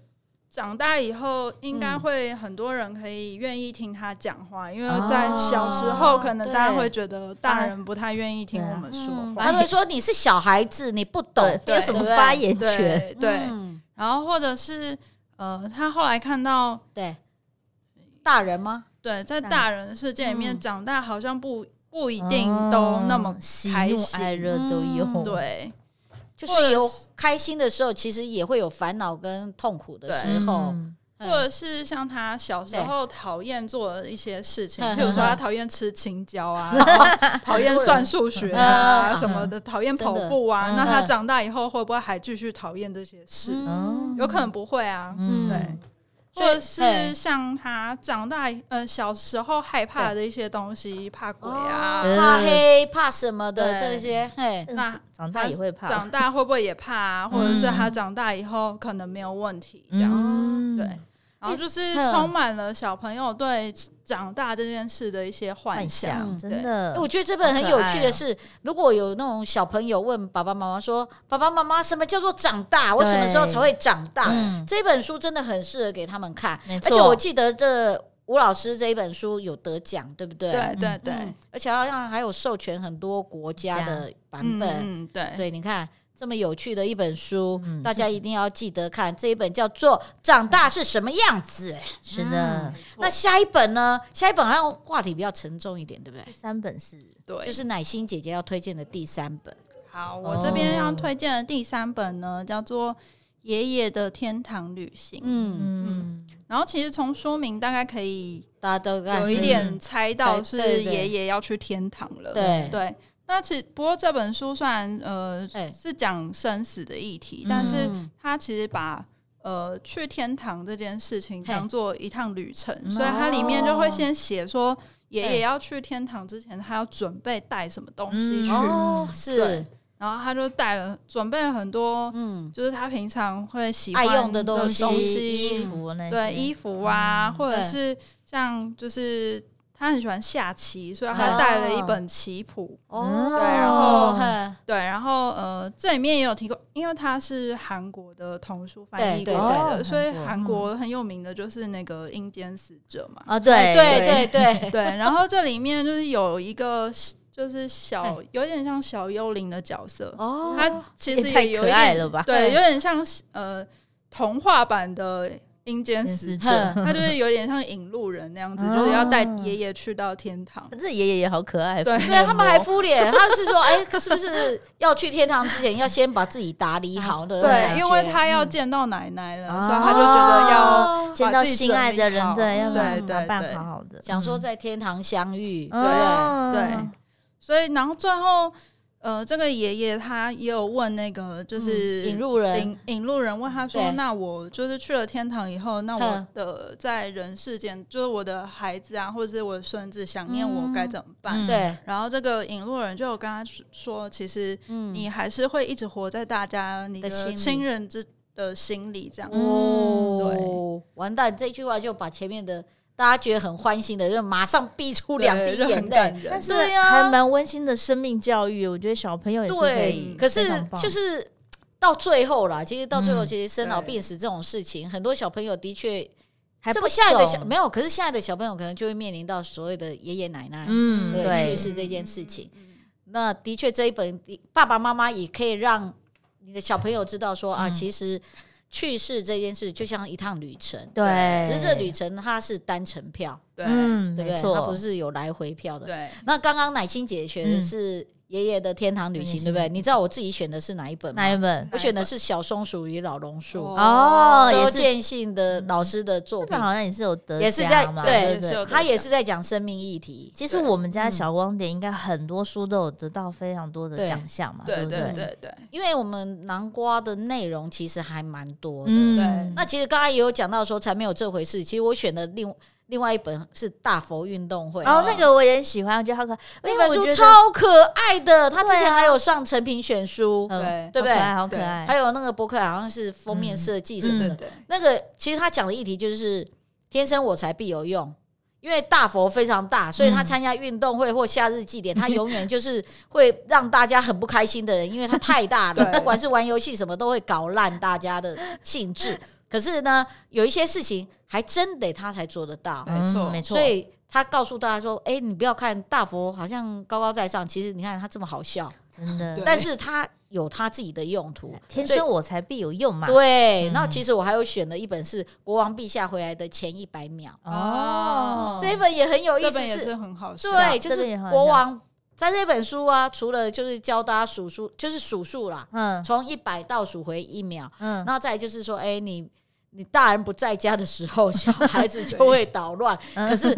Speaker 3: 长大以后，
Speaker 1: 嗯
Speaker 3: 应该会很多人可以愿意听他讲话，因为在小时候，
Speaker 1: 哦
Speaker 3: 可能
Speaker 1: 对
Speaker 3: 大家会觉得大人不太愿意听我们说
Speaker 1: 嗯
Speaker 3: 话
Speaker 1: 他。会说你是小孩子，你不懂，
Speaker 2: 对，没有什么发言权，
Speaker 3: 对对，
Speaker 1: 嗯
Speaker 3: 然后或者是呃，他后来看到
Speaker 1: 对，大人吗？
Speaker 3: 对，在
Speaker 2: 大
Speaker 3: 大人的世界里面
Speaker 1: 嗯
Speaker 3: 长大，好像不不一定都那么
Speaker 2: 哦喜
Speaker 3: 开
Speaker 2: 怒
Speaker 3: 心
Speaker 2: 哀乐都有，
Speaker 1: 嗯，
Speaker 3: 对
Speaker 1: 就
Speaker 3: 或者
Speaker 1: 是
Speaker 3: 是
Speaker 1: 有开心的时候，其实也会有烦恼跟痛苦的时候，
Speaker 2: 嗯
Speaker 1: 嗯
Speaker 3: 或者是像他小时候讨厌做的一些事情，
Speaker 1: 嗯
Speaker 3: 比如说他讨厌吃青椒 啊，然后讨厌算数学啊
Speaker 1: 嗯
Speaker 3: 什么的，讨厌跑步啊。
Speaker 1: 真的嗯
Speaker 3: 那他长大以后会不会还继续讨厌这些事？
Speaker 1: 嗯哎
Speaker 3: 有可能不会啊。
Speaker 2: 嗯
Speaker 3: 对，或
Speaker 1: 所以
Speaker 3: 者是像他长大以，呃，小时候害怕的一些东西，怕鬼啊，
Speaker 2: 嗯
Speaker 1: 哦怕黑怕什么的
Speaker 3: 对
Speaker 1: 这些，嘿，
Speaker 3: 那
Speaker 2: 嗯长大也会怕
Speaker 3: 长，大会不会也怕
Speaker 1: 嗯
Speaker 3: 啊？或者是他长大以后可能没有问题这样子？
Speaker 2: 嗯
Speaker 3: 对，然后就是
Speaker 1: 嗯
Speaker 3: 充满了小朋友对长大这件事的一些幻
Speaker 2: 幻
Speaker 3: 想。
Speaker 2: 想
Speaker 1: 嗯
Speaker 2: 真的
Speaker 1: 欸，我觉得这本很啊有趣的是，如果有那种小朋友问爸爸妈妈说：“爸爸妈妈，什么叫做长大？我
Speaker 2: 对
Speaker 1: 什么时候才会长大？”
Speaker 2: 嗯
Speaker 1: 这本书真的很适合给他们看
Speaker 2: 没，错
Speaker 1: 而且我记得这吴老师这一本书有得奖，对不对？
Speaker 3: 对对
Speaker 2: 嗯
Speaker 3: 对
Speaker 1: 嗯，而且好像还有授权很多国家的版
Speaker 3: 嗯
Speaker 1: 本。
Speaker 3: 嗯对，
Speaker 1: 对，你看这么有趣的一本书，
Speaker 2: 嗯
Speaker 1: 大家一定要记得看。这一本叫做《长大是什么样子》。嗯
Speaker 2: 是的，
Speaker 3: 嗯
Speaker 1: 那下一本呢？下一本好像话题比较沉重一点，对不对
Speaker 2: 第？三本是
Speaker 3: 对，
Speaker 1: 就是奶心姐姐要推荐的第三本。
Speaker 3: 好。我这边
Speaker 1: 哦
Speaker 3: 要推荐的第三本呢，叫做《爷爷的天堂旅行》。
Speaker 1: 嗯，
Speaker 2: 嗯
Speaker 3: 然后其实从书名大概可以
Speaker 1: 大家都
Speaker 3: 有一点猜到是
Speaker 1: 对对
Speaker 3: 爷爷要去天堂了。
Speaker 1: 对
Speaker 3: 对。那其不过这本书虽然呃
Speaker 1: 哎
Speaker 3: 是讲生死的议题
Speaker 2: 嗯，
Speaker 3: 但是
Speaker 1: 嗯
Speaker 3: 他其实把呃去天堂这件事情
Speaker 1: 嘿
Speaker 3: 当做一趟旅程，
Speaker 2: 嗯
Speaker 3: 所以它里面就会先写
Speaker 1: 哦
Speaker 3: 说爷
Speaker 1: 嘿
Speaker 3: 爷要去天堂之前，他要准备带什么东西
Speaker 2: 嗯
Speaker 3: 去，
Speaker 1: 哦，是
Speaker 3: 对然后他就带了准备了很多，
Speaker 1: 嗯
Speaker 3: 就是他平常会喜欢
Speaker 1: 爱用的东西
Speaker 3: 东
Speaker 2: 嗯衣服那些
Speaker 3: 对衣服啊，
Speaker 2: 嗯
Speaker 3: 或者
Speaker 1: 对
Speaker 3: 是像就是他很喜欢下棋，所以
Speaker 1: 哦
Speaker 3: 他带了一本棋谱。
Speaker 1: 哦，嗯
Speaker 3: 对然后
Speaker 1: 嘿
Speaker 3: 对，然后呃，这里面也有提供，因为它是韩国的童书翻
Speaker 1: 对
Speaker 3: 译
Speaker 1: 对
Speaker 3: 过来
Speaker 2: 对
Speaker 3: 的，所以
Speaker 2: 韩国
Speaker 3: 韩国很有名的就是那个《阴间死者》嘛。
Speaker 2: 啊，对
Speaker 1: 哎对对对，
Speaker 3: 对，然后这里面就是有一个就是小，有点像小幽灵的角 色，
Speaker 1: 哦，
Speaker 3: 他其实
Speaker 2: 也太
Speaker 3: 也有
Speaker 2: 可
Speaker 3: 一
Speaker 2: 爱
Speaker 3: 点
Speaker 2: 了吧
Speaker 3: 对，有点像呃童话版的阴间死
Speaker 2: 是
Speaker 3: 者，
Speaker 1: 哼
Speaker 3: 他就是有点像引路人那样子，就是要带爷爷去到天堂。
Speaker 2: 这爷爷也好可爱，
Speaker 3: 对
Speaker 2: 敷
Speaker 1: 对
Speaker 2: 面
Speaker 1: 他们还
Speaker 2: 膜
Speaker 1: 敷脸，他是说，哎，是不是要去天堂之前要先把自己打理好的感觉？
Speaker 3: 啊对，因为他要见到奶奶了，
Speaker 2: 嗯
Speaker 3: 所以他就觉得要。
Speaker 1: 哦
Speaker 2: 见到心爱的人，对，要
Speaker 3: 对
Speaker 2: 把
Speaker 3: 对
Speaker 2: 打扮
Speaker 3: 对
Speaker 2: 好好嗯的，
Speaker 1: 嗯想说在天堂相遇，对嗯
Speaker 2: 嗯
Speaker 1: 不对，
Speaker 3: 嗯对，所以然后最后，呃，这个爷爷他也有问那个就是
Speaker 1: 引路人
Speaker 3: 引引路人问他
Speaker 1: 对
Speaker 3: 说：“那我就是去了天堂以后，那
Speaker 1: 哼
Speaker 3: 我的在人世间，就是我的孩子啊，或者是我的孙子想念我
Speaker 1: 嗯
Speaker 3: 该怎么办？”
Speaker 2: 嗯
Speaker 1: 对，
Speaker 3: 然后这个引路人就有跟他说，其实
Speaker 1: 嗯
Speaker 3: 你还是会一直活在大家你
Speaker 1: 的心
Speaker 3: 的
Speaker 1: 里
Speaker 3: 亲人之的心里这样。
Speaker 1: 哦，嗯完蛋，这句话就把前面的大家觉得很欢欣的，就马上逼出两滴
Speaker 3: 对就
Speaker 1: 眼
Speaker 3: 很感
Speaker 1: 泪。
Speaker 3: 人
Speaker 2: 但是
Speaker 1: 对啊
Speaker 2: 还蛮温馨的生命教育，我觉得小朋友也是可以
Speaker 1: 对，可
Speaker 2: 非
Speaker 1: 是
Speaker 2: 常棒
Speaker 1: 就是到最后啦，其实到最后，
Speaker 2: 嗯
Speaker 1: 其实生老病死这种事情，很多小朋友的确，
Speaker 2: 还
Speaker 1: 这
Speaker 2: 不
Speaker 1: 么现在的小
Speaker 2: 懂
Speaker 1: 没有，可是现在的小朋友可能就会面临到所谓的爷爷奶奶，
Speaker 2: 嗯
Speaker 1: 对去
Speaker 2: 对
Speaker 1: 世这件事情。那的确，这一本爸爸妈妈也可以让你的小朋友知道说啊，
Speaker 2: 嗯
Speaker 1: 其实去世这件事就像一趟旅程，
Speaker 2: 对，
Speaker 1: 只是这旅程它是单程票，
Speaker 3: 对
Speaker 2: 嗯
Speaker 1: 对
Speaker 2: 没
Speaker 1: 不对？它
Speaker 2: 错
Speaker 1: 不，是有来回票的。
Speaker 3: 对
Speaker 2: 嗯
Speaker 1: 那刚刚奶青姐学的是。爷爷的天堂旅行，
Speaker 2: 旅行
Speaker 1: 对不对？你知道我自己选的是哪一本吗？
Speaker 2: 嗯哪一本？
Speaker 1: 我选的是《小松鼠与老榕树》
Speaker 2: 哦也
Speaker 1: 周
Speaker 2: 是嗯
Speaker 1: 建信的老师的作
Speaker 2: 这
Speaker 1: 品
Speaker 2: 本，好像也是有得
Speaker 1: 也是在
Speaker 2: 奖嘛，
Speaker 1: 对
Speaker 2: 对不
Speaker 3: 是
Speaker 2: 对。
Speaker 3: 有得
Speaker 1: 他也
Speaker 3: 奖
Speaker 1: 是在讲生命议题。
Speaker 2: 其实
Speaker 3: 对
Speaker 2: 我们家
Speaker 1: 嗯
Speaker 2: 小光点应该很多书都有得到非常多的
Speaker 1: 对
Speaker 2: 奖项嘛，
Speaker 3: 对
Speaker 2: 不
Speaker 3: 对对对，
Speaker 1: 因为我们南瓜的内容其实还蛮多的，
Speaker 2: 嗯
Speaker 3: 对，
Speaker 1: 那其实刚刚也有讲到说才没有这回事。其实我选的另另外一本是《大佛运动会》啊
Speaker 2: 哦，那个我也喜欢，我觉得好可爱，
Speaker 1: 那
Speaker 2: 因
Speaker 1: 本
Speaker 2: 为
Speaker 1: 书
Speaker 2: 我觉得
Speaker 1: 超可爱的，它之
Speaker 2: 对
Speaker 1: 前
Speaker 2: 啊
Speaker 1: 还有上成品选书，
Speaker 2: 嗯
Speaker 3: 对
Speaker 1: 对不对
Speaker 2: 好可爱，好可
Speaker 3: 对
Speaker 2: 爱，
Speaker 1: 还有那个博客好像是封
Speaker 2: 嗯
Speaker 1: 面设计什么
Speaker 3: 对
Speaker 1: 的。
Speaker 3: 对
Speaker 1: 那个其实他讲的议题就是“天生我材必有用”，因为大佛非常
Speaker 2: 嗯
Speaker 1: 大，所以他参加运动会或夏日祭典，他永远就是会让大家很不开心的人，因为他太大 了，
Speaker 3: 对
Speaker 1: 不管是玩游戏什么，都会搞烂大家的兴 致。可是呢，有一些事情还真得他才做得到，
Speaker 3: 没错
Speaker 2: 嗯没错，
Speaker 1: 所以。他告诉大家说：“哎、你不要看大佛好像高高在上，其实你看他这么好笑，
Speaker 2: 真的
Speaker 3: 对
Speaker 1: 但是他有他自己的用途。
Speaker 2: 天
Speaker 1: 所以
Speaker 2: 生我材必有用嘛，
Speaker 1: 对，
Speaker 2: 嗯
Speaker 1: 那其实我还有选了一本是《国王陛下回来的前一百秒》，
Speaker 2: 哦，
Speaker 1: 这一本也很有意
Speaker 3: 这
Speaker 1: 思
Speaker 3: 本也
Speaker 1: 是，
Speaker 3: 是很好笑，
Speaker 1: 对，
Speaker 2: 这
Speaker 1: 就
Speaker 2: 本也
Speaker 1: 是
Speaker 2: 很
Speaker 1: 国王在这本书啊，除了就是教大家数数，就是数数啦，
Speaker 2: 嗯
Speaker 1: 从一百倒数回一秒，
Speaker 2: 嗯
Speaker 1: 然后再来就是说，哎，你你大人不在家的时候，小孩子就 会捣乱，
Speaker 2: 嗯
Speaker 1: 可是。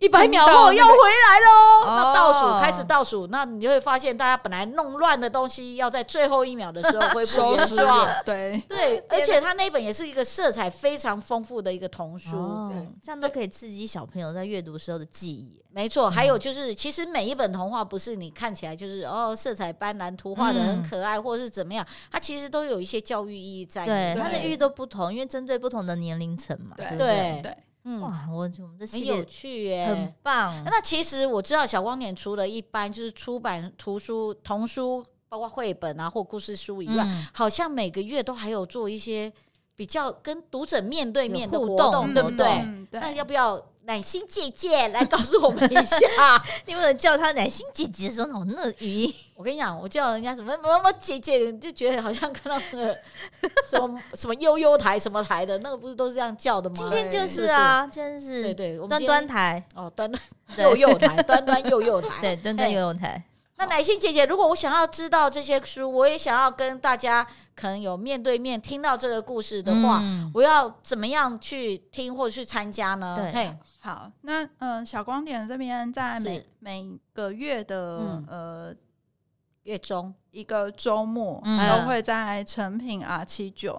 Speaker 1: 一百秒后
Speaker 3: 听
Speaker 1: 又
Speaker 3: 到那个
Speaker 1: 回来喽，那
Speaker 2: 哦
Speaker 1: 倒数开始倒数，那你就会发现，大家本来弄乱的东西，要在最后一秒的时候恢复
Speaker 3: 收
Speaker 1: 原
Speaker 3: 拾
Speaker 1: 状。
Speaker 3: 了，对
Speaker 1: 对，
Speaker 2: 哦
Speaker 1: 而且他那本也是一个色彩非常丰富的一个童书。
Speaker 2: 哦，这样都可以刺激小朋友在阅读时候的记忆。
Speaker 1: 没错，还有就是，其实每一本童话不是你看起来就是哦色彩斑斓、图画的很
Speaker 2: 嗯
Speaker 1: 可爱，或者是怎么样，它其实都有一些教育意义在里
Speaker 2: 对，
Speaker 1: 面。
Speaker 2: 它的
Speaker 3: 对
Speaker 2: 寓意都不同，因为针对不同的年龄层嘛。
Speaker 3: 对
Speaker 2: 不
Speaker 1: 对，
Speaker 3: 对，
Speaker 1: 嗯，
Speaker 2: 哇，我我们这系
Speaker 1: 很有
Speaker 2: 列
Speaker 1: 趣耶、
Speaker 2: 很棒。
Speaker 1: 那其实我知道小光点除了一般就是出版图书、童书，包括绘本啊或故事书以外，
Speaker 2: 嗯
Speaker 1: 好像每个月都还有做一些比较跟读者面对面的
Speaker 2: 有
Speaker 1: 活
Speaker 2: 互
Speaker 1: 动，
Speaker 2: 动
Speaker 1: 对不对？
Speaker 3: 嗯对
Speaker 1: 那要不要奶心姐姐来告诉我们一 下？
Speaker 2: 你们叫她奶心姐姐的时候，我那语 音
Speaker 1: 我跟你讲，我叫人家什么么么姐姐，就觉得好像看到那个什 么什么悠悠台什么台的那个，不是都是这样叫的吗？
Speaker 2: 今天就是是啊，真
Speaker 1: 对
Speaker 2: 是
Speaker 1: 对，我们
Speaker 2: 端
Speaker 1: 今
Speaker 2: 端
Speaker 1: 天
Speaker 2: 台，
Speaker 1: 哦，端端
Speaker 2: 对
Speaker 1: 幼幼台，端端幼幼台，
Speaker 2: 对端端
Speaker 1: 嘿
Speaker 2: 游泳台，
Speaker 1: 那奶心姐姐，如果我想要知道这些书，我也想要跟大家可能有面对面听到这个故事的话，
Speaker 2: 嗯
Speaker 1: 我要怎么样去听或者去参加呢？
Speaker 2: 对
Speaker 1: 嘿，
Speaker 3: 好，那嗯、呃小光点这边在每
Speaker 1: 是
Speaker 3: 每个月的、
Speaker 1: 嗯
Speaker 3: 呃
Speaker 1: 月中
Speaker 3: 一个周末，
Speaker 2: 嗯
Speaker 3: 都会在成品 R 七九，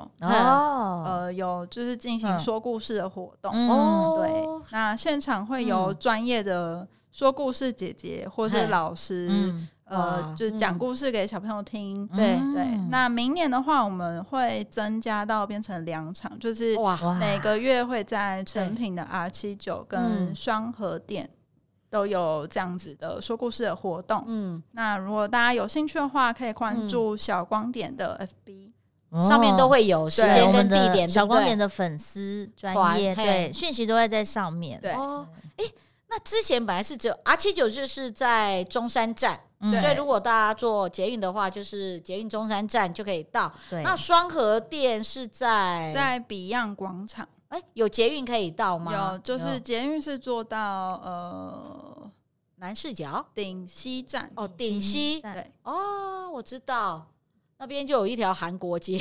Speaker 2: 哦
Speaker 3: 呃，有就是进行
Speaker 2: 嗯
Speaker 3: 说故事的活
Speaker 1: 呃
Speaker 3: 动。
Speaker 2: 嗯
Speaker 1: 哦
Speaker 3: 对，那现场会由
Speaker 1: 嗯
Speaker 3: 专业的说故事姐姐或
Speaker 1: 嘿
Speaker 3: 是老师，
Speaker 2: 嗯
Speaker 1: 哇
Speaker 3: 呃，就是讲
Speaker 1: 嗯
Speaker 3: 故事给小朋友听。
Speaker 1: 对
Speaker 2: 嗯
Speaker 3: 对，那明年的话，我们会增加到变成两场，就是
Speaker 1: 哇，
Speaker 2: 哇
Speaker 3: 每个月会在成品的 R 七九跟
Speaker 1: 嗯
Speaker 3: 双河店都有这样子的说故事的活动。
Speaker 1: 嗯，
Speaker 3: 那如果大家有兴趣的话，可以关注小光点的 FB。
Speaker 1: 上面都
Speaker 2: 会。
Speaker 1: 会有时
Speaker 3: 对
Speaker 1: 间
Speaker 2: 哦我
Speaker 1: 跟
Speaker 2: 们
Speaker 1: 地
Speaker 2: 的
Speaker 1: 点，对
Speaker 2: 小
Speaker 1: 不
Speaker 2: 光
Speaker 1: 对
Speaker 2: 点的粉丝专
Speaker 1: 团
Speaker 2: 业，
Speaker 1: 嘿
Speaker 2: 对讯息都会在上面。
Speaker 3: 对
Speaker 1: 哦，哎，那之前本来是只有 R 七九，就是在中山站，
Speaker 2: 嗯
Speaker 3: 对
Speaker 1: 所以如果大家坐捷运的话，就是捷运中山站就可以到。
Speaker 2: 对，
Speaker 1: 那双河店是在
Speaker 3: 在 Beyond 广场
Speaker 1: 哎有捷运可以到
Speaker 3: 有，
Speaker 1: 吗？
Speaker 3: 就是
Speaker 2: 有
Speaker 3: 捷运是坐到呃
Speaker 1: 南视角
Speaker 3: 顶西站
Speaker 1: 哦，顶
Speaker 2: 西
Speaker 1: 溪
Speaker 2: 站
Speaker 3: 对
Speaker 1: 哦，我知道。那边就有一条韩国街，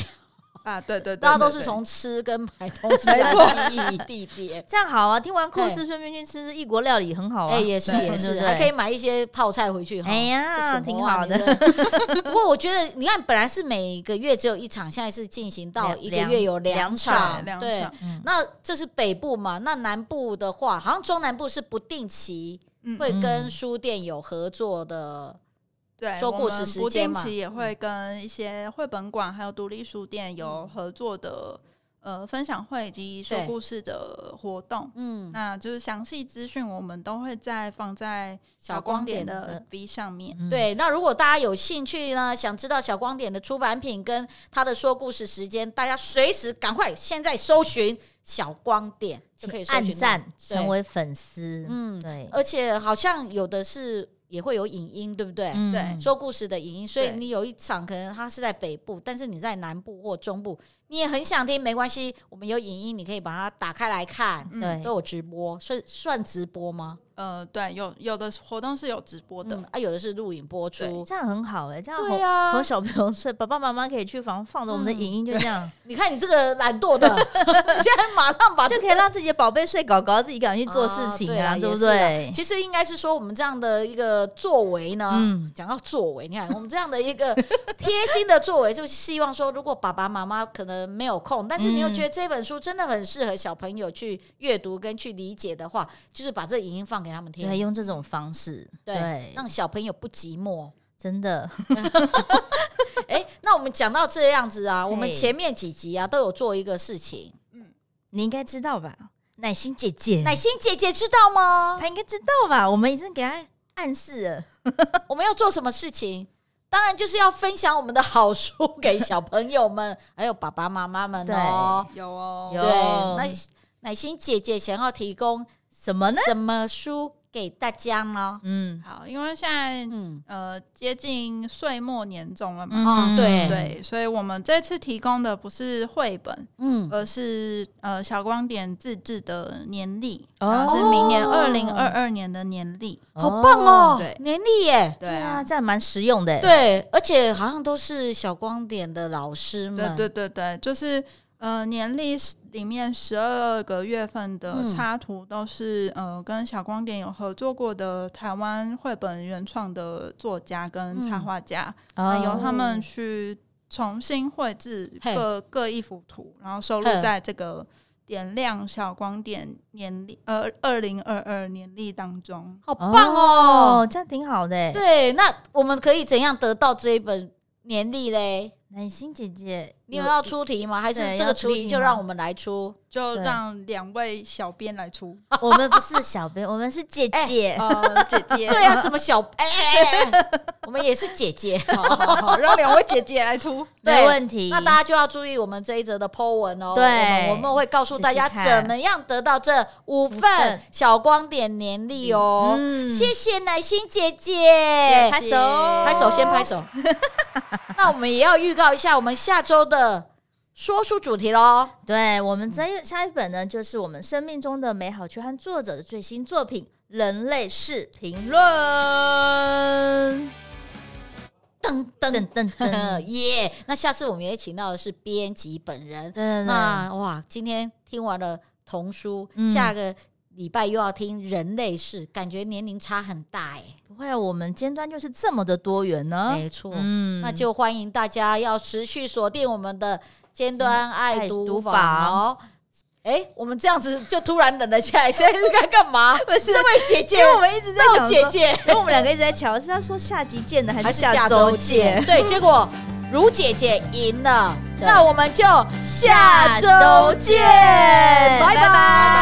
Speaker 3: 啊，对对对，
Speaker 1: 大家都
Speaker 3: 对
Speaker 1: 是
Speaker 3: 对
Speaker 1: 从吃跟买东西
Speaker 3: 没
Speaker 1: 来
Speaker 3: 错
Speaker 1: 记忆地点。
Speaker 2: 这样好啊！听完故事，顺便去吃异国料理，很好啊。
Speaker 1: 哎、也是
Speaker 3: 对
Speaker 1: 也
Speaker 2: 对
Speaker 1: 是，
Speaker 2: 不对
Speaker 1: 还可以买一些泡菜回去哈。
Speaker 2: 哎呀
Speaker 1: 这什么啊
Speaker 2: 挺好。的
Speaker 1: 你 们不过我觉得，你看，本来是每个月只有一场，现在是进行到
Speaker 2: 两
Speaker 1: 一个月有
Speaker 2: 两
Speaker 1: 场，
Speaker 3: 两
Speaker 1: 对。
Speaker 3: 场，
Speaker 2: 嗯
Speaker 1: 那这是北部嘛？那南部的话，好像中南部是不定期
Speaker 3: 嗯
Speaker 1: 会跟
Speaker 2: 嗯
Speaker 1: 书店有合作的，
Speaker 3: 对，
Speaker 1: 说
Speaker 3: 我
Speaker 1: 故
Speaker 3: 们
Speaker 1: 事时
Speaker 3: 不
Speaker 1: 间
Speaker 3: 定
Speaker 1: 嘛嗯
Speaker 3: 期也会跟一些绘本馆还有独立书店有合作的呃分享会以及说
Speaker 1: 对
Speaker 3: 故事的活动。
Speaker 1: 嗯，
Speaker 3: 那就是详细资讯，我们都会再放在
Speaker 1: 小
Speaker 3: 小
Speaker 1: 光
Speaker 3: 光
Speaker 1: 点
Speaker 3: 点
Speaker 2: 的
Speaker 3: 的 B 上面。
Speaker 2: 嗯
Speaker 1: 对，那如果大家有兴趣呢，想知道小光点的出版品跟他的说故事时间，大家随时赶快现在搜寻小光点就可以搜
Speaker 2: 请按
Speaker 1: 寻到。
Speaker 2: 赞成
Speaker 1: 对
Speaker 2: 为粉丝。
Speaker 1: 嗯，
Speaker 2: 对，
Speaker 1: 而且好像有的是也会有影音，对不对？
Speaker 2: 嗯
Speaker 3: 对
Speaker 1: 说故事的影音，所以
Speaker 3: 对
Speaker 1: 你有一场可能它是在北部，但是你在南部或中部，你也很想听，没关系，我们有影音，你可以把它打开来看，
Speaker 3: 嗯
Speaker 2: 对
Speaker 1: 都有直播，算算直播吗？
Speaker 3: 呃，对，有有的活动是有直播的，
Speaker 1: 嗯啊，有的是录影播出
Speaker 3: 对。
Speaker 2: 这样很好哎、这样
Speaker 1: 对啊
Speaker 2: 和、
Speaker 1: 呀、
Speaker 2: 和小朋友是爸爸妈妈可以去房放着我们的影音，就这样、
Speaker 1: 你看你这个懒惰 的，你现在马上把这
Speaker 2: 就
Speaker 1: 个
Speaker 2: 可以让自己的宝贝睡搞搞，自己赶去做事情
Speaker 1: 啊啊对啊
Speaker 2: 对不
Speaker 1: 也是
Speaker 2: 对？
Speaker 1: 其实应该是说我们这样的一个作为呢，
Speaker 2: 嗯
Speaker 1: 讲到作为，你看我们这样的一 个贴心的作为，就是希望说，如果爸爸妈妈可能没有空，但是你又
Speaker 2: 嗯
Speaker 1: 觉得这本书真的很适合小朋友去阅读跟去理解的话，就是把这影音放给他们听，
Speaker 2: 对，用这种方式，
Speaker 1: 啊对让小朋友不寂寞。
Speaker 2: 真的，
Speaker 1: 哎，那我们讲到这样子啊，我们
Speaker 2: 嘿
Speaker 1: 前面几集啊都有做一个事情，
Speaker 2: 你应该知道吧？奶心姐姐，
Speaker 1: 奶心姐姐知道吗？
Speaker 2: 哦她应该知道吧？我们已经给她暗示了，
Speaker 1: 我们要做什么事情？当然就是要分享我们的好书给小朋友们，还有爸爸妈妈们哦。嗯
Speaker 3: 有哦，
Speaker 2: 有
Speaker 1: 对，那奶心姐姐想要提供
Speaker 2: 什么呢？
Speaker 1: 什么书给大家呢？
Speaker 2: 嗯
Speaker 3: 好，因为现在、
Speaker 1: 嗯，
Speaker 3: 呃接近岁末年终了嘛，
Speaker 2: 嗯
Speaker 1: 哦对
Speaker 3: 对，所以我们这次提供的不是绘本，
Speaker 1: 嗯，
Speaker 3: 而是呃小光点自制的年历，
Speaker 2: 哦
Speaker 3: 然后是明年二零二二年的年历。
Speaker 1: 好棒哦，
Speaker 3: 对
Speaker 1: 年历耶，
Speaker 3: 对
Speaker 2: 对啊，
Speaker 3: 啊，
Speaker 2: 这样蛮实用的。，
Speaker 1: 对，而且好像都是小光点的老师
Speaker 3: 对
Speaker 1: 们，
Speaker 3: 对对对，就是呃年历是里面十二个月份的
Speaker 1: 嗯
Speaker 3: 插图都是、呃跟小光点有合作过的台湾绘本原创的作家跟插画家，
Speaker 2: 嗯哦
Speaker 1: 哎
Speaker 3: 那由他们去重新绘制
Speaker 1: 嘿
Speaker 2: 哦
Speaker 3: 各各一幅图，然后收录
Speaker 1: 哼
Speaker 3: 在这个。点亮小光点年历，呃，二零二二年历当中，
Speaker 1: 好棒哦。
Speaker 2: 哦，这样挺好的。
Speaker 1: 对，那我们可以怎样得到这一本年历嘞？
Speaker 2: 奶心姐姐，
Speaker 1: 你有要出题吗？还是
Speaker 2: 对
Speaker 1: 这
Speaker 2: 要
Speaker 1: 个
Speaker 2: 出题
Speaker 1: 题就
Speaker 2: 吗
Speaker 1: 让我们来出？
Speaker 3: 就
Speaker 2: 对
Speaker 3: 让两位小编来出，
Speaker 2: 我们不是小 编，我们是姐
Speaker 1: 哎
Speaker 2: 姐。
Speaker 1: 哦
Speaker 3: 呃，姐 姐，
Speaker 1: 对啊，什么小哎哎哎哎，我们也是姐姐。
Speaker 3: 好好好，哦让两位姐姐来 出。
Speaker 1: 对
Speaker 2: 没问题。
Speaker 1: 那大家就要注意我们这一则的 Po 文哦，
Speaker 2: 对
Speaker 1: 我们我们会告诉大家
Speaker 2: 仔细看
Speaker 1: 怎么样得到这五
Speaker 2: 五
Speaker 1: 份
Speaker 2: 份
Speaker 1: 小光点年历哦。
Speaker 2: 嗯
Speaker 1: 谢谢奶心姐姐，
Speaker 2: 拍手，
Speaker 1: 拍手先拍 手。那我们也要预告一下我们下周的说书主题喽。
Speaker 2: 对我们这一下一本呢，就是我们生命中的美好缺憾作者的最新作品《人类是评论》。
Speaker 1: 噔
Speaker 2: 噔
Speaker 1: 噔
Speaker 2: 噔
Speaker 1: 噔，
Speaker 2: 噔，
Speaker 1: 耶！那下次我们也请到的是编辑本人，
Speaker 2: 对
Speaker 1: 那哇，今天听完了童书，
Speaker 2: 嗯
Speaker 1: 下个礼拜又要听人类事，感觉年龄差很大哎、
Speaker 2: 不会啊，我们尖端就是这么的多元呢。
Speaker 1: 没错，
Speaker 2: 嗯
Speaker 1: 那就欢迎大家要持续锁定我们的尖端爱读坊哦。哎，我们这样子就突然冷了下来，现在是该干嘛？
Speaker 2: 不是
Speaker 1: 这位姐姐
Speaker 2: 因，为我们一直在
Speaker 1: 赵
Speaker 2: 想
Speaker 1: 姐
Speaker 2: 说，
Speaker 1: 姐，
Speaker 2: 因为我们两个一直在瞧，是要说下集见呢，还
Speaker 1: 还
Speaker 2: 是
Speaker 1: 是
Speaker 2: 下周
Speaker 1: 周
Speaker 2: 见？？
Speaker 1: 对，结果如姐姐赢了，
Speaker 2: 对
Speaker 1: 那我们就
Speaker 2: 下周见，
Speaker 1: 拜
Speaker 2: 拜
Speaker 1: 拜
Speaker 2: 拜。